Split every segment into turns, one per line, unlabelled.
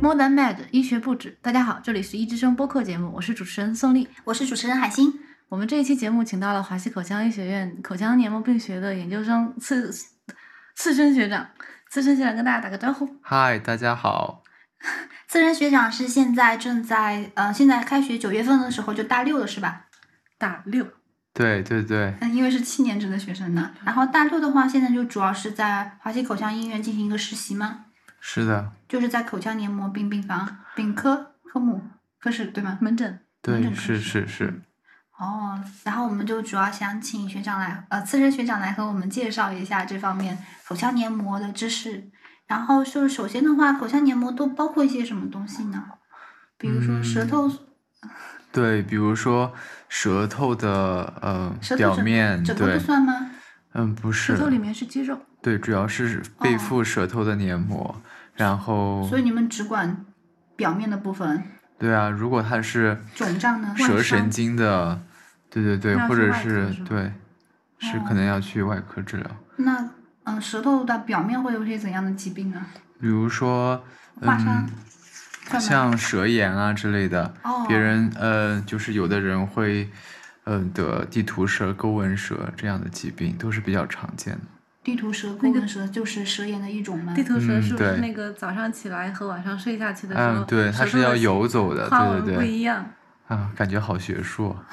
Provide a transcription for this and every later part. more than med，医学不止。大家好，这里是医之声播客节目，我是主持人宋丽。
我是主持人海星。
我们这一期节目请到了华西口腔医学院口腔黏膜病学的研究生次次生学长，次生学长跟大家打个招呼。
嗨，大家好。
自然学长是现在正在呃，现在开学九月份的时候就大六了是吧？
大六，
对对对，
嗯，因为是七年制的学生呢。然后大六的话，现在就主要是在华西口腔医院进行一个实习嘛，
是的，
就是在口腔黏膜病病房丙科科目科室对吗？
门诊
门诊
对，
科
是是是
嗯。哦，然后我们就主要想请学长来，呃，资深学长来和我们介绍一下这方面口腔黏膜的知识。然后就是首先的话，口腔黏膜都包括一些什么东西呢？比如说舌头，
对，比如说舌头的呃
舌头
表
整个
面，
整个
对
不，算吗？
嗯，不
舌
是，
头里面是肌肉，
对，主要是背
哦
负舌头的黏膜，然后
所以你们只管表面的部分，
对啊，如果它是
肿胀呢？
舌
外
神
伤
经的，对对对，
那
或
是
者
外科
是
是吗
对，是
哦
可能要去外科治疗，
那嗯、舌头的表面会有一些怎样的疾病呢？
比如说
划伤
嗯，
算吗
像舌炎啊之类的，
哦，
别人呃，就是有的人会，嗯、得地图舌、钩纹舌这样的疾病都是比较常见的。
地图舌、
那
钩
个
纹舌就是舌炎的一种吗？
地头蛇
嗯
是不是
对
那个早上起来和晚上睡下去的时候，
嗯，对，
舌
它是
头
要
的
游走的，
花
对
纹
对
不
对。
一样？
啊，感觉好学术啊。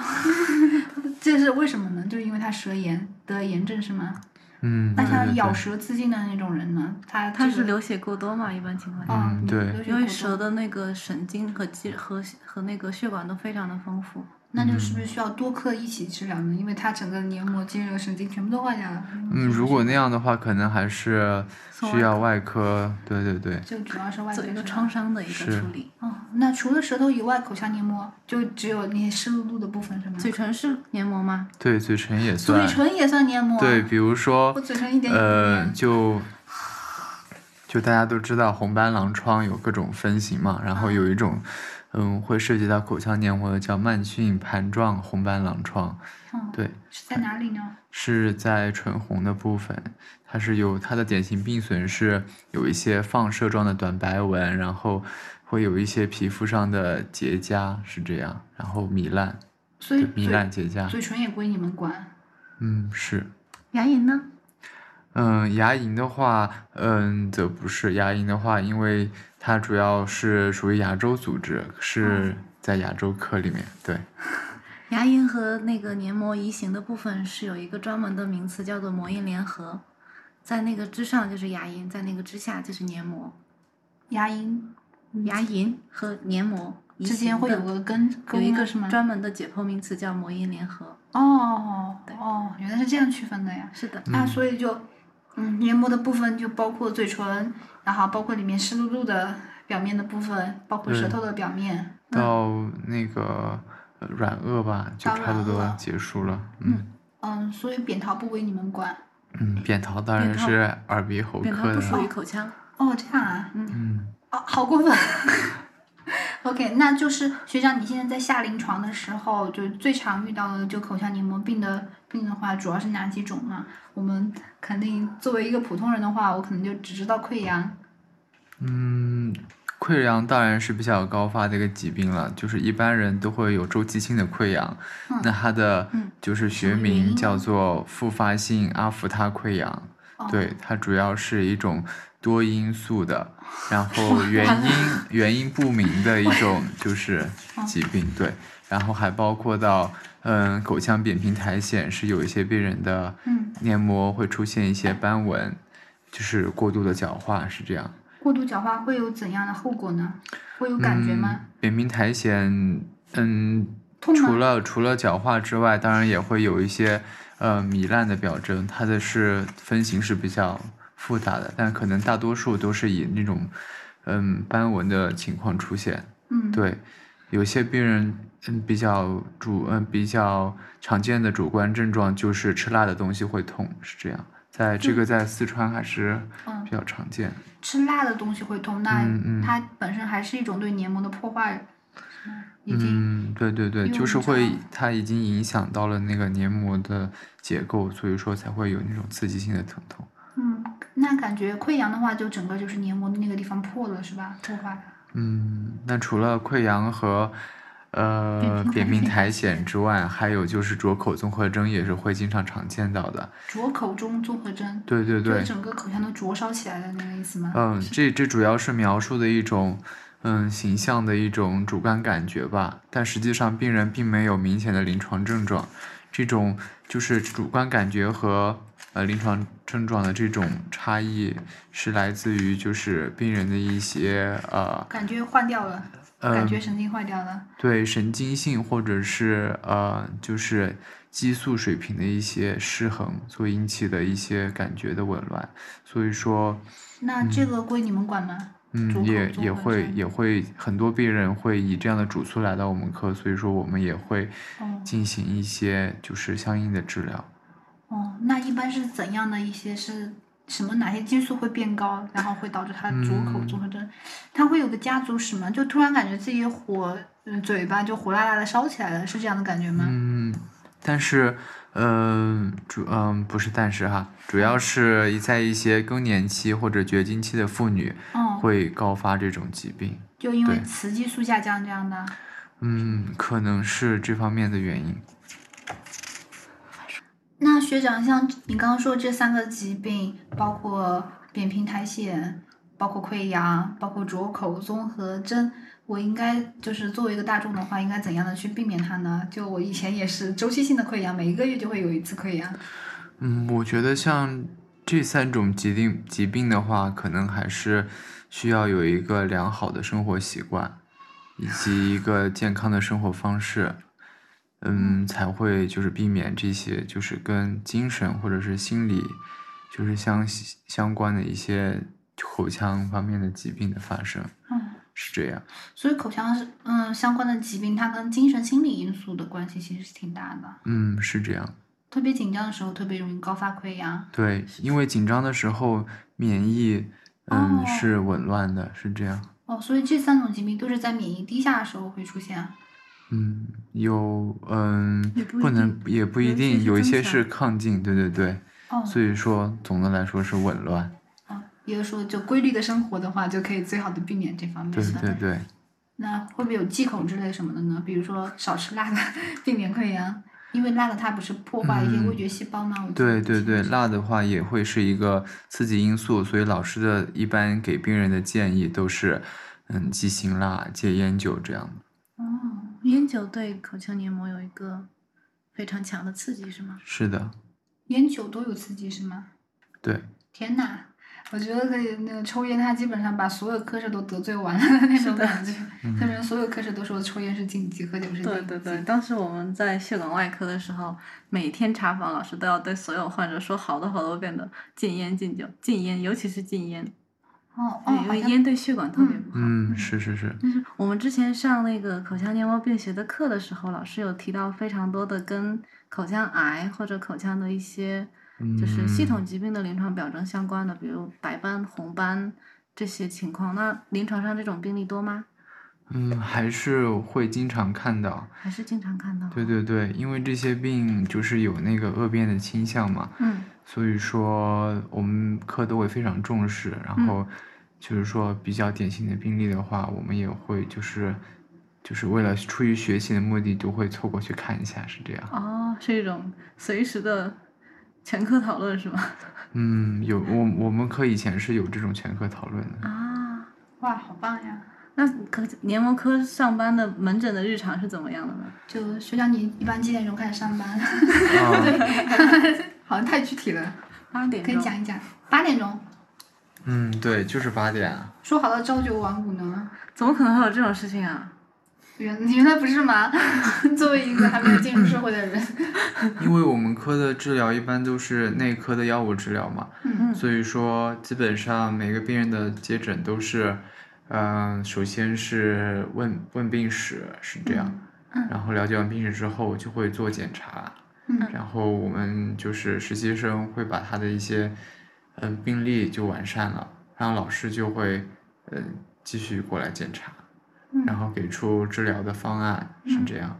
这是为什么呢？就是因为他舌炎得炎症是吗？
嗯，
那
对
像
对
咬
对。
舌自尽的那种人呢？他
它
他
是流血过多嘛？一般情况下，
啊，
嗯对
流血
因为
过
舌
多，
的那个神经和肌和和那个血管都非常的丰富。
那
嗯
就是不是需要多科一起治疗呢？因为他整个黏膜、肌肉、神经全部都坏掉了。
嗯，如果那样的话，可能还是
送
需
外
要外科。对对对，
就主要是外科
做一
啊是
个
吧
创伤的一个
是
处理。
哦，那除了舌头以外，口腔黏膜就只有那些湿漉漉的部分是吗？
嘴唇是黏膜吗？
对嘴唇也
嘴
算。
唇也算黏膜啊？
对，比如说
我，嘴唇一点也不
呃，
黏。
就就大家都知道红斑狼疮有各种分型嘛，然后有一种，嗯，会涉及到口腔黏膜的叫慢性盘状红斑狼疮，
嗯，
对，
是在哪里呢？
是在唇红的部分，它是有它的典型病损是有一些放射状的短白纹，然后会有一些皮肤上的结痂是这样，然后糜烂，
所以
对，糜烂
嘴
结痂，
嘴唇也归你们管。
嗯，是。
牙龈呢？
嗯，牙龈的话，嗯，则不是牙龈的话，因为它主要是属于牙周组织，是
哦
在牙周科里面。对，
嗯牙龈和那个黏膜移行的部分是有一个专门的名词，叫做膜印联合。在那个之上就是牙龈，在那个之下就是黏膜。
牙龈
牙龈和黏膜移
嗯之间
行
会
的
有个根，
有
沟
一个
是吗？
专门的解剖名词叫膜印联合。
哦
对
哦，原来是这样区分的呀。
是
嗯
的，
那所以就，嗯，黏膜的部分就包括嘴唇，然后包括里面湿漉漉的表面的部分，包括舌
对
头的表面。
到那个呃软腭吧，就
到
差
软
不多
腭
结束了。嗯
嗯，所以扁桃不归你们管。
嗯，扁桃当
扁
然
桃
是耳鼻喉
扁桃
科
不属
的。
于口腔。
哦，这样啊。
嗯，
哦，好过分。OK，那就是学长，你现在在下临床的时候，就最常遇到的就口腔黏膜病的病的话，主要是哪几种嘛？我们肯定作为一个普通人的话，我可能就只知道溃疡。
嗯，溃疡当然是比较高发的一个疾病了，就是一般人都会有周期性的溃疡，那它的
嗯
就是学
么原因
名
呢
叫做复发性阿伏他溃疡。
哦、
对，，它主要是一种多因素的，然后原因原因不明的一种就是疾病，对，然后还包括到嗯口腔扁平苔藓是有一些病人的
嗯，
黏膜会出现一些斑纹，就是过度的角化是这样，
过度角化会有怎样的后果呢？会有感觉吗？
嗯？扁平苔藓，嗯，
痛吗
除了除了角化之外，当然也会有一些呃糜烂的表征，它的是分型是比较复杂的，但可能大多数都是以那种嗯斑纹的情况出现。
嗯，
对，有些病人嗯比较主嗯比较常见的主观症状就是吃辣的东西会痛，是这样。在这个在四川还是
嗯
比较常见。
吃辣的东西会痛，那
嗯嗯
它本身还是一种对黏膜的破坏，已经、
嗯，对对对，
因为
就是
我们知
会
道，
它已经影响到了那个黏膜的结构，所以说才会有那种刺激性的疼痛。
嗯，那感觉溃疡的话，就整个就是黏膜的那个地方破了，是吧？破坏了。
嗯，那除了溃疡和呃扁
扁
平
平
苔藓之外，还有就是浊口综合征也是会经常常见到的。
灼口中综合征，
对对
就是
对，
整个口腔都灼烧起来的那个意思吗？
嗯，这这主要是描述的一种嗯形象的一种主观感觉吧，但实际上病人并没有明显的临床症状。这种就是主观感觉和呃临床症状的这种差异，是来自于就是病人的一些呃
感觉坏掉了，
呃
感觉神经坏掉了。
对神经性或者是呃就是激素水平的一些失衡所引起的一些感觉的紊乱，所以说
那这个归你们管吗？
嗯
主
也
口综
也
合
会
征
也会很多病人会以这样的主诉来到我们科，所以说我们也会
哦
进行一些就是相应的治疗。
哦，那一般是怎样的一些是什么哪些激素会变高，然后会导致他灼
嗯
口综合征？他会有个家族史吗？就突然感觉自己火，嗯，嘴巴就火辣辣的烧起来了，是这样的感觉吗？
嗯，但是，嗯、主嗯、不是但是哈，主要是在一些更年期或者绝经期的妇女
哦，
会高发这种疾病。
就因为
对
雌激素下降这样的。
嗯，可能是这方面的原因。
那学长，像你刚刚说这三个疾病，包括扁平苔藓，包括溃疡，包括灼口综合征，我应该就是作为一个大众的话，应该怎样的去避免它呢？就我以前也是周期性的溃疡，每一个月就会有一次溃疡。
嗯，我觉得像这三种疾病疾病的话，可能还是需要有一个良好的生活习惯，以及一个健康的生活方式，嗯，才会就是避免这些就是跟精神或者是心理就是相相关的一些口腔方面的疾病的发生，
嗯，
是这样。
所以口腔是嗯相关的疾病，它跟精神心理因素的关系其实是挺大的。
嗯，是这样。
特别紧张的时候，特别容易高发溃疡。
对，因为紧张的时候免疫嗯、
哦
是紊乱的，是这样。
哦，所以这三种疾病都是在免疫低下的时候会出现啊。
嗯，有，嗯
也，不
不
一
能，也不一定，有
有
一
一些
些
是增强
是亢进，对对对，
哦，
所以说总的来说是紊乱，
啊，也就是说，就规律的生活的话，就可以最好的避免这方面
对
的。
对对，
那会不会有忌口之类什么的呢？比如说少吃辣的，避免溃疡，因为辣的它不是破坏一些
嗯
味觉细胞吗？我记得
对对对，辣的话也会是一个刺激因素，所以老师的一般给病人的建议都是，嗯，忌辛辣，戒烟酒这样的，
哦，
烟酒对口腔黏膜有一个非常强的刺激，是吗？
是的，
烟酒都有刺激是吗？
对，
天呐，我觉得可以，那个抽烟，它基本上把所有科室都得罪完了那种感觉。
嗯
特别是所有科室都说抽烟是禁忌，喝酒是禁忌。
对对对，当时我们在血管外科的时候，每天查房老师都要对所有患者说好多好多遍的禁烟、禁酒、禁烟，尤其是禁烟，
哦
对
哦，
因
好
为
像
烟对血管特别不好。
嗯，是是是，
我们之前上那个口腔黏膜病学的课的时候，老师有提到非常多的跟口腔癌或者口腔的一些
嗯
就是系统疾病的临床表征相关的，比如白斑、红斑这些情况。那临床上这种病例多吗？
嗯，还是会经常看到，
还是经常看到？
对，对对，因为这些病就是有那个恶变的倾向嘛，
嗯，
所以说我们科都会非常重视，然后就是说比较典型的病例的话，我们也会就是就是为了出于学习的目的，都会凑过去看一下，是这样。
哦，是一种随时的全科讨论是吗？
嗯，有我我们科以前是有这种全科讨论的。
啊，
哇，好棒呀！
那可黏膜科上班的门诊的日常是怎么样的呢？
就学长，你一般几点钟开始上 班？
啊，
好像太具体了，
八点
可以
钟
讲一讲。八点钟，
嗯，对，就是八点啊。
说好了朝九晚五呢？
怎么可能会有这种事情啊？
原原来不是吗？ 作为一个还没有进入社会的人，
因为我们科的治疗一般都是内科的药物治疗嘛，
嗯
所以说基本上每个病人的接诊都是，嗯、首先是问问病史是这样，
嗯
然后了解完病史之后就会做检查，
嗯
然后我们就是实习生会把他的一些嗯病例就完善了，然后老师就会嗯继续过来检查，
嗯
然后给出治疗的方案是这样，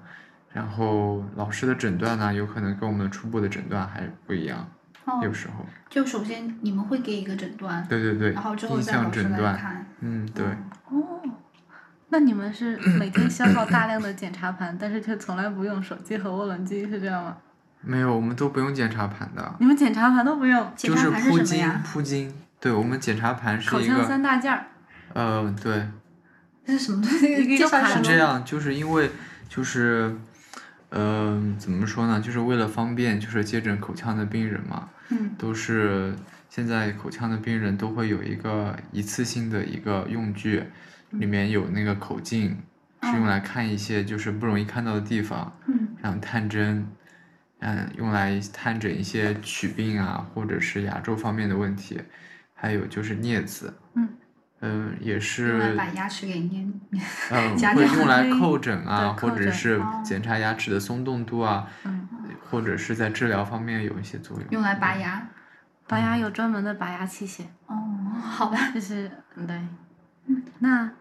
然后老师的诊断呢，有可能跟我们初步的诊断还不一样，
哦
有，时候，
就首先你们会给一个诊断，
对对对，
然后之后
印
再
象
老师
诊
来
断，
看。
嗯对，
哦，那你们 是每天消耗大量的检查盘，但是却从来不用手机和涡轮机，是这样吗？
没有，我们都不用检查盘的，
你们检查盘都不用，
检
就
查盘是
铺
什么
巾
呀？
铺巾。对我们检查盘是
口
一
腔
个，
三大件儿，
呃，对，
这是什么东西？
一个
介绍
盘
什
是
么
子
这样，就是因为就是，嗯、怎么说呢？就是为了方便，就是接诊口腔的病人嘛，
嗯
都是现在口腔的病人都会有一个一次性的一个用具，里面有那个口径，是用来看一些就是不容易看到的地方，
嗯
然后探针，嗯，用来探诊一些龋病啊，或者是牙周方面的问题，还有就是镊子，
嗯
嗯，也
用来
是
把牙齿给捏。
嗯，
夹
会
掉
用来
可以
叩诊啊，
对
或
叩
者
诊
是
哦
检查牙齿的松动度啊，
嗯，
或者是在治疗方面有一些作用。
用来拔牙。
拔牙有专门的拔牙器械，
哦，好吧。
就是嗯对，那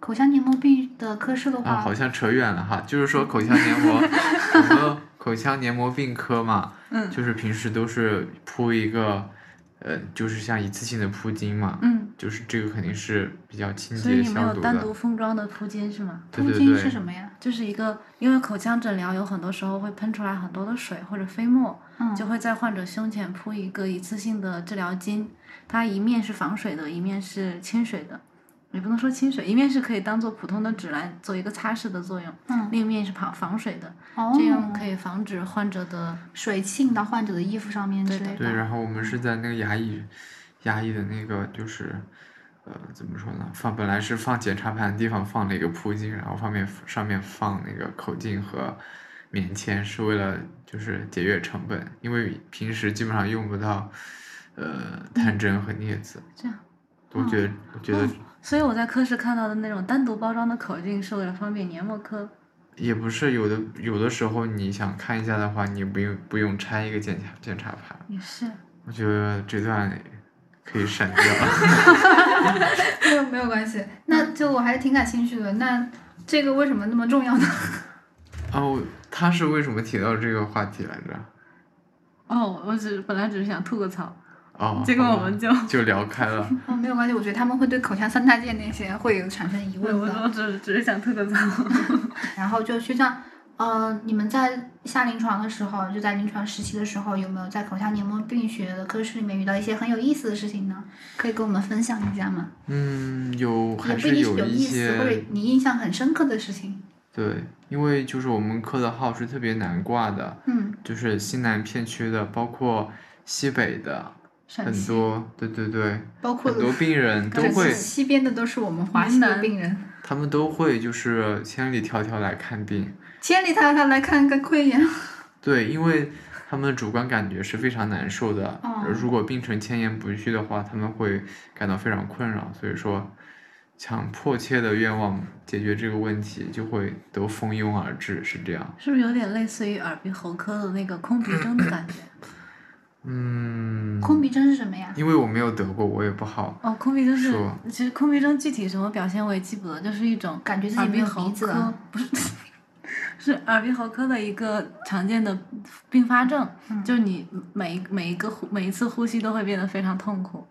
口腔黏膜病的科室的话，
啊，好像扯远了哈，就是说口腔黏膜，我们口腔黏膜病科嘛，
嗯
就是平时都是铺一个，呃，就是像一次性的铺巾嘛，
嗯，
就是这个肯定是比较清
所以
洁
你们
消
有
毒
单
的
独，封装的铺巾是吗？
对
通
对
经是
对，
什么呀？
就是一个，因为口腔诊疗有很多时候会喷出来很多的水或者飞沫，
嗯，
就会在患者胸前铺一个一次性的治疗巾，它一面是防水的，一面是清水的，也不能说清水，一面是可以当做普通的纸来做一个擦拭的作用，
嗯
另一面是防防水的，
哦，
这样可以防止患者的
水浸到患者的衣服上面之
对
类
对，
的。
然后我们是在那个牙医，牙医的那个就是，呃，怎么说呢？放本来是放检查盘的地方放了一个铺巾，然后上面上面放那个口径和棉签，是为了就是节约成本，因为平时基本上用不到，呃，探针和镊子。
嗯这样。
我觉得，我觉得
嗯所以我在科室看到的那种单独包装的口径，是为了方便黏膜科。
也不是有的，有的时候你想看一下的话，你不用不用拆一个检查检查盘。
也是，
我觉得这段可以删掉。
没 有没有关系，那就我还是挺感兴趣的。那这个为什么那么重要呢？
哦，他是为什么提到这个话题来着？
哦，我只本来只是想吐个槽，
哦，
结果
好
我
吧
们就，
就聊 开了。
哦，没有关系，我觉得他们会对口腔三大件那些会有产生疑
我
问的。
我只只是想吐个槽。
然后就学长，呃，你们在下临床的时候，就在临床实习的时候，有没有在口腔黏膜病学的科室里面遇到一些很有意思的事情呢？可以跟我们分享一下吗？
嗯，有还
也不一定是
有一
意思，或者
些
你印象很深刻的事情。
对，因为就是我们科的号是特别难挂的，
嗯
就是西南片区的，包括西北的，
陕
很
西、
多对对对，
包括
很多病人都
这
会，
西边的都是我们华西的病人，
他们都会就是千里迢迢来看病。
千里迢迢来看个溃疡。
对，因为他们的主观感觉是非常难受的。
哦
如果病程千言不续的话，他们会感到非常困扰。所以说，想迫切的愿望解决这个问题，就会都蜂拥而至，是这样。
是不是有点类似于耳鼻喉科的那个空 鼻症的感觉？
嗯，
空鼻症是什么呀？
因为我没有得过，我也不好。
哦，空鼻症是
说，
其实空鼻症具体什么表现我也记不得，就是一种
感觉自己
耳
没
鼻
有
喉
鼻子
科
啊
了
不是， 是耳鼻喉科的一个常见的并发症，
嗯
就是你每一每一个呼每一次呼吸都会变得非常痛苦，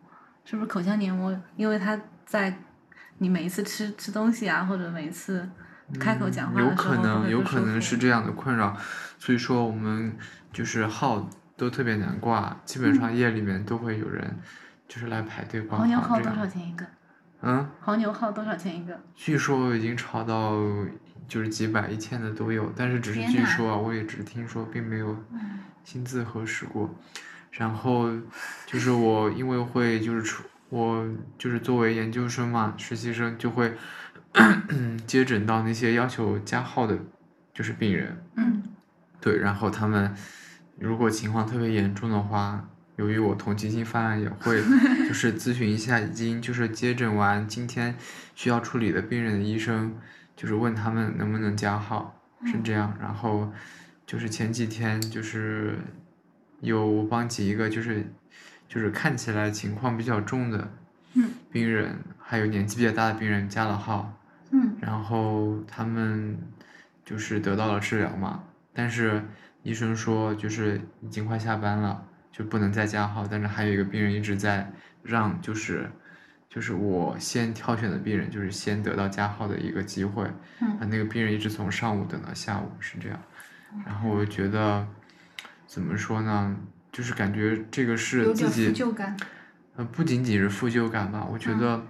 是不是口腔黏膜？因为它在你每一次吃吃东西啊，或者每一次开口讲话
嗯有
的时候
可
都
能，
会
有
不
可
舒
能
服
是这样的困扰，所以说我们就是号都特别难挂，基
嗯
本上夜里面都会有人就是来排队挂
黄牛哦
号
号
这
多少
样。
钱一个？
嗯，
黄牛号多少钱一个？
据说已经炒到就是几百、一千的都有，但是只是
天
据
呐
说啊，我也只听说，并没有
嗯
亲自核实过。然后就是我因为会就是出我就是作为研究生嘛，实习生就会 接诊到那些要求加号的，就是病人。
嗯，
对，然后他们如果情况特别严重的话，由于我同情心泛滥，也会就是咨询一下已经就是接诊完今天需要处理的病人的医生，就是问他们能不能加号，是这样。然后就是前几天就是有我帮几一个就是就是看起来情况比较重的
嗯
病人，还有年纪比较大的病人加了号，
嗯
然后他们就是得到了治疗嘛，但是医生说就是已经快下班了，就不能再加号，但是还有一个病人一直在让就是。就是我先挑选的病人，就是先得到加号的一个机会。
嗯
啊，那个病人一直从上午等到下午是这样，
哦
然后我觉得怎么说呢，就是感觉这个是
有
自
点
己
负疚感。
呃，不仅仅是负疚感吧，我觉
嗯
得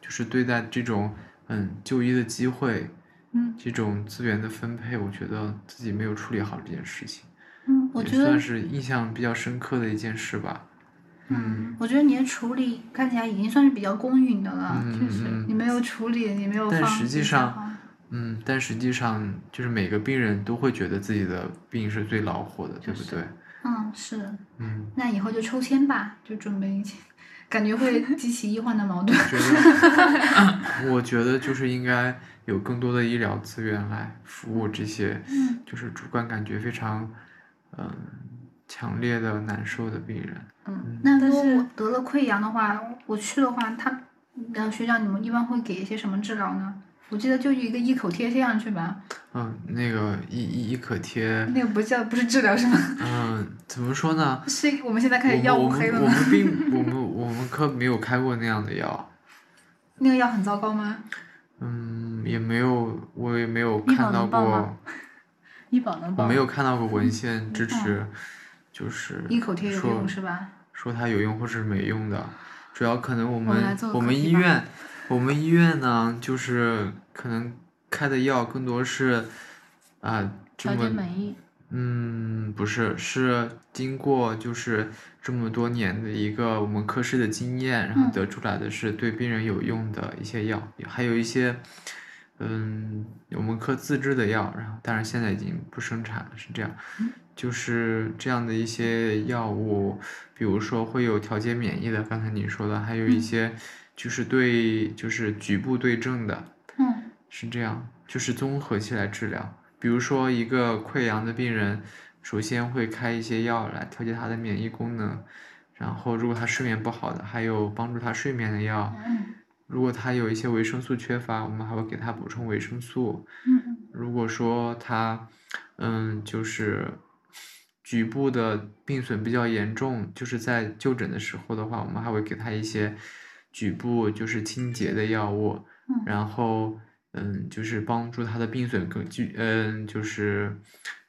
就是对待这种嗯就医的机会，
嗯，
这种资源的分配，我觉得自己没有处理好这件事情，
嗯，我
也
觉
算
得，
是印象比较深刻的一件事吧。
嗯，我觉得你的处理看起来已经算是比较公允的了，
嗯
确实
嗯，
你没有处理，你没有放。
但实际上，嗯，但实际上就是每个病人都会觉得自己的病是最恼火的，对不
就是
对？
嗯，是，
嗯，
那以后就抽签吧，就准备一些，感觉会激起医患的矛盾。
觉得，我觉得就是应该有更多的医疗资源来服务这些，
嗯
就是主观感觉非常，嗯、强烈的难受的病人。
嗯，
那
但
如果
是
我得了溃疡的话，我去的话，他，呃，学长，你们一般会给一些什么治疗呢？我记得就一个一口贴贴上去吧，
嗯，那个一一一可贴，
那个不叫不是治疗是吗？
嗯，怎么说呢？
是我们现在
我
开始
们
药
我
物黑
们
了
我
吗？
们 并我们我们科没有开过那样的药，
那个药很糟糕吗？
嗯，也没有我也没有
医
看
保
到
能报
过
吗，医保能
我
保
没有看到过文献支
嗯
持，就是
一口贴有
说
用是吧？
说它有用或是没用的，主要可能我
们来
们
做个
我
课
们
题
医
吧
院我们医院呢，就是可能开的药更多是啊、这
调节
么
免疫，
嗯不是是经过就是这么多年的一个我们科室的经验，然后
嗯
得出来的是对病人有用的一些药，还有一些嗯我们科自制的药，然后当然现在已经不生产了，是这样。
嗯
就是这样的一些药物，比如说会有调节免疫的，刚才你说的，还有一
嗯
些就是对就是局部对症的，
嗯
是这样，就是综合起来治疗。比如说一个溃疡的病人，首先会开一些药来调节他的免疫功能，然后如果他睡眠不好的，还有帮助他睡眠的药。
嗯
如果他有一些维生素缺乏，我们还会给他补充维生素。
嗯
如果说他，嗯，就是局部的病损比较严重，就是在就诊的时候的话，我们还会给他一些局部就是清洁的药物，
嗯
然后嗯，就是帮助他的病损更剧，嗯，就是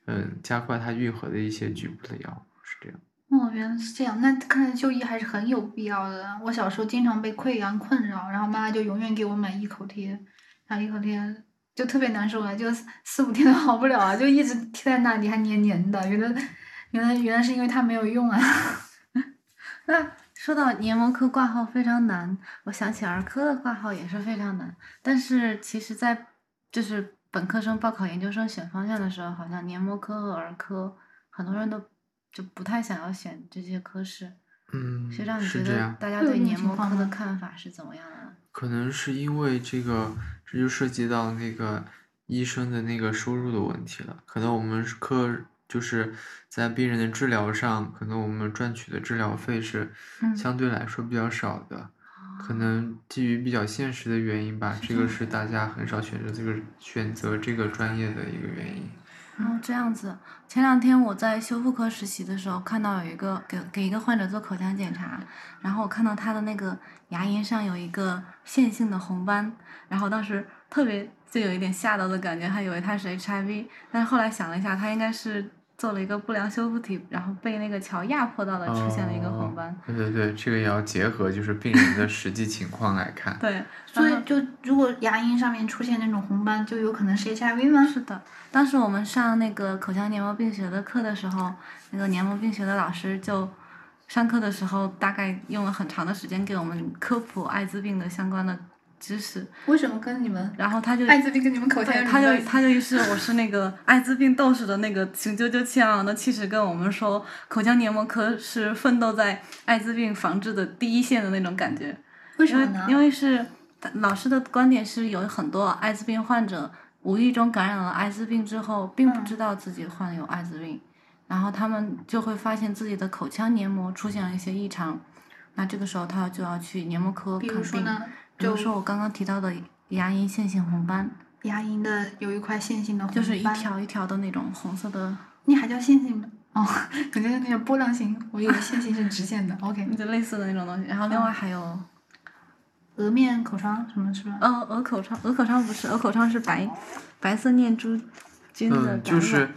嗯，加快它愈合的一些局部的药物，是这样。
嗯，哦，原来是这样。那看来就医还是很有必要的。我小时候经常被溃疡困扰，然后妈妈就永远给我买一口贴，然后一口贴就特别难受啊，就四四五天都好不了啊，就一直贴在那里还黏黏的。原来原来原来是因为它没有用啊。
那说到黏膜科挂号非常难，我想起儿科的挂号也是非常难。但是其实，在就是本科生报考研究生选方向的时候，好像黏膜科和儿科很多人都就不太想要选这些科室。
嗯，
学长，你
是
觉
这
得
样，
大家
会有
对
这种
黏
情
膜
况
科的
吗
看法是怎么样的呢？
可能是因为这个，这就涉及到那个医生的那个收入的问题了。可能我们是科就是在病人的治疗上，可能我们赚取的治疗费是
嗯
相对来说比较少的。可能基于比较现实的原因吧，这个是大家很少选择这个选择这个专业的一个原因。
然后哦这样子，前两天我在修复科实习的时候，看到有一个给给一个患者做口腔检查，然后我看到他的那个牙龈上有一个线性的红斑，然后当时特别就有一点吓到的感觉，还以为他是 HIV，但是后来想了一下，他应该是做了一个不良修复体，然后被那个桥压迫到了，呃出现了一个红斑
哦。对对对，这个也要结合就是病人的实际情况来看。
对，
所
然后
以就如果牙龈上面出现那种红斑，就有可能是 HIV 吗？
是的，当时我们上那个口腔黏膜病学的课的时候，那个黏膜病学的老师就上课的时候大概用了很长的时间给我们科普艾滋病的相关的知识，
为什么跟你们
然后他就
艾滋病跟你们口腔
对，
有什
他
么
就
关系？
他就是我是那个艾滋病斗士的那个雄赳赳气昂昂的气势，跟我们说口腔黏膜科是奋斗在艾滋病防治的第一线的那种感觉。
为什
因
么
为
呢？
因为是老师的观点是有很多艾滋病患者无意中感染了艾滋病之后，并不
嗯
知道自己患有艾滋病，然后他们就会发现自己的口腔黏膜出现了一些异常，那这个时候他就要去黏膜科
比
看
如说
病。
呢，
比如
就
说我刚刚提到的牙龈线性红斑，
牙龈的有一块线性的红斑，
就是一条一条的那种红色的，
那还叫线性吗？哦，感觉那个波浪形，我以为线性是直线的。OK，嗯
就类似的那种东西。然后另外还有
额面口疮什么是吧？
嗯，鹅口疮，鹅口疮不是，鹅口疮是白白色念珠菌的感染。
嗯，就是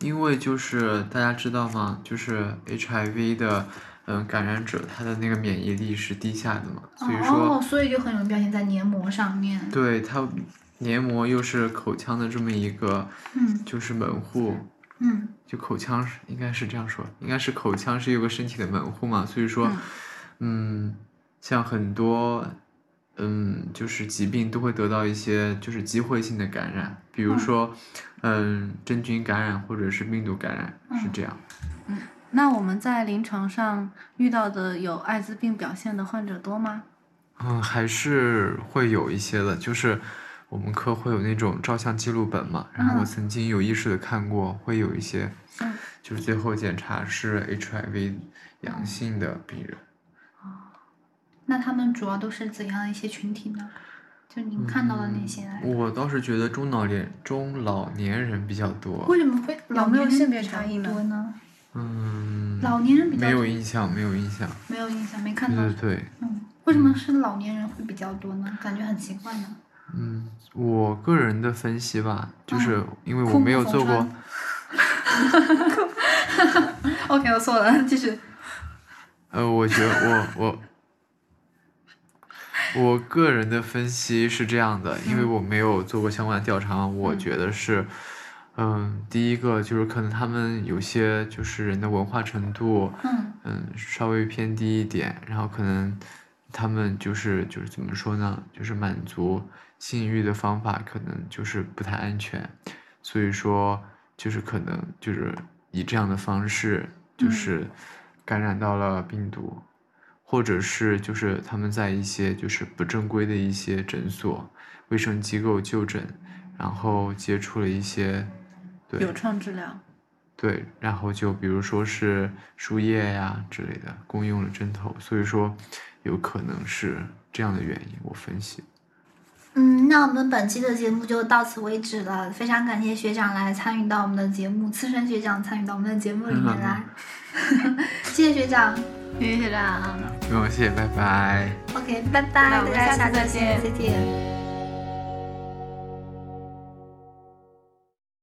因为就是大家知道吗？就是 HIV 的嗯感染者，他的那个免疫力是低下的嘛，所以说、
哦，所以就很容易表现在黏膜上面。
对他黏膜又是口腔的这么一个
嗯
就是门户，
嗯
就口腔是应该是这样说，应该是口腔是有个身体的门户嘛，所以说
嗯
嗯像很多。嗯，就是疾病都会得到一些就是机会性的感染，比如
嗯
说，嗯，真菌感染或者是病毒感染，是
嗯
这样。
那我们在临床上遇到的有艾滋病表现的患者多吗？
嗯，还是会有一些的，就是我们科会有那种照相记录本嘛，然后我
嗯
曾经有意识的看过，会有一些
嗯，
就是最后检查是 HIV 阳
嗯
性的病人。
那他们主要都是怎样的一些群体呢？就您看到的那些来，
我倒是觉得中老年中老年人比较多
为，什么会老
有没
年
有
人
性
比
别
较
差异呢
多呢？
嗯，
老年人比较
没有
多
印象，没有印象。
没有印象，没看
对
到。
对对，
嗯，为什么是老年人会比较多呢？感觉很奇怪 呢。
嗯，我个人的分析吧，就是因为我
嗯枯
没
木
有
逢
做过
春 OK，我错了，继续。
呃，我觉得我 我我个人的分析是这样的，因为我没有做过相关的调查，我
嗯
觉得是，嗯，第一个就是可能他们有些就是人的文化程度，
嗯
嗯，稍微偏低一点，然后可能他们就是就是怎么说呢，就是满足性欲的方法可能就是不太安全，所以说就是可能就是以这样的方式就
嗯
是感染到了病毒，或者是就是他们在一些就是不正规的一些诊所、卫生机构就诊，然后接触了一些对
有创治疗。
对，然后就比如说是输液呀之类的，共用了针头，所以说有可能是这样的原因，我分析。
嗯，那我们本期的节目就到此为止了，非常感谢学长来参与到我们的节目，资深学长参与到我们的节目里面 来，谢谢学长。
谢谢学长。
没有，谢谢，拜拜。
OK，拜
那
拜，大
我们
家
下次
下
再
期再见。再见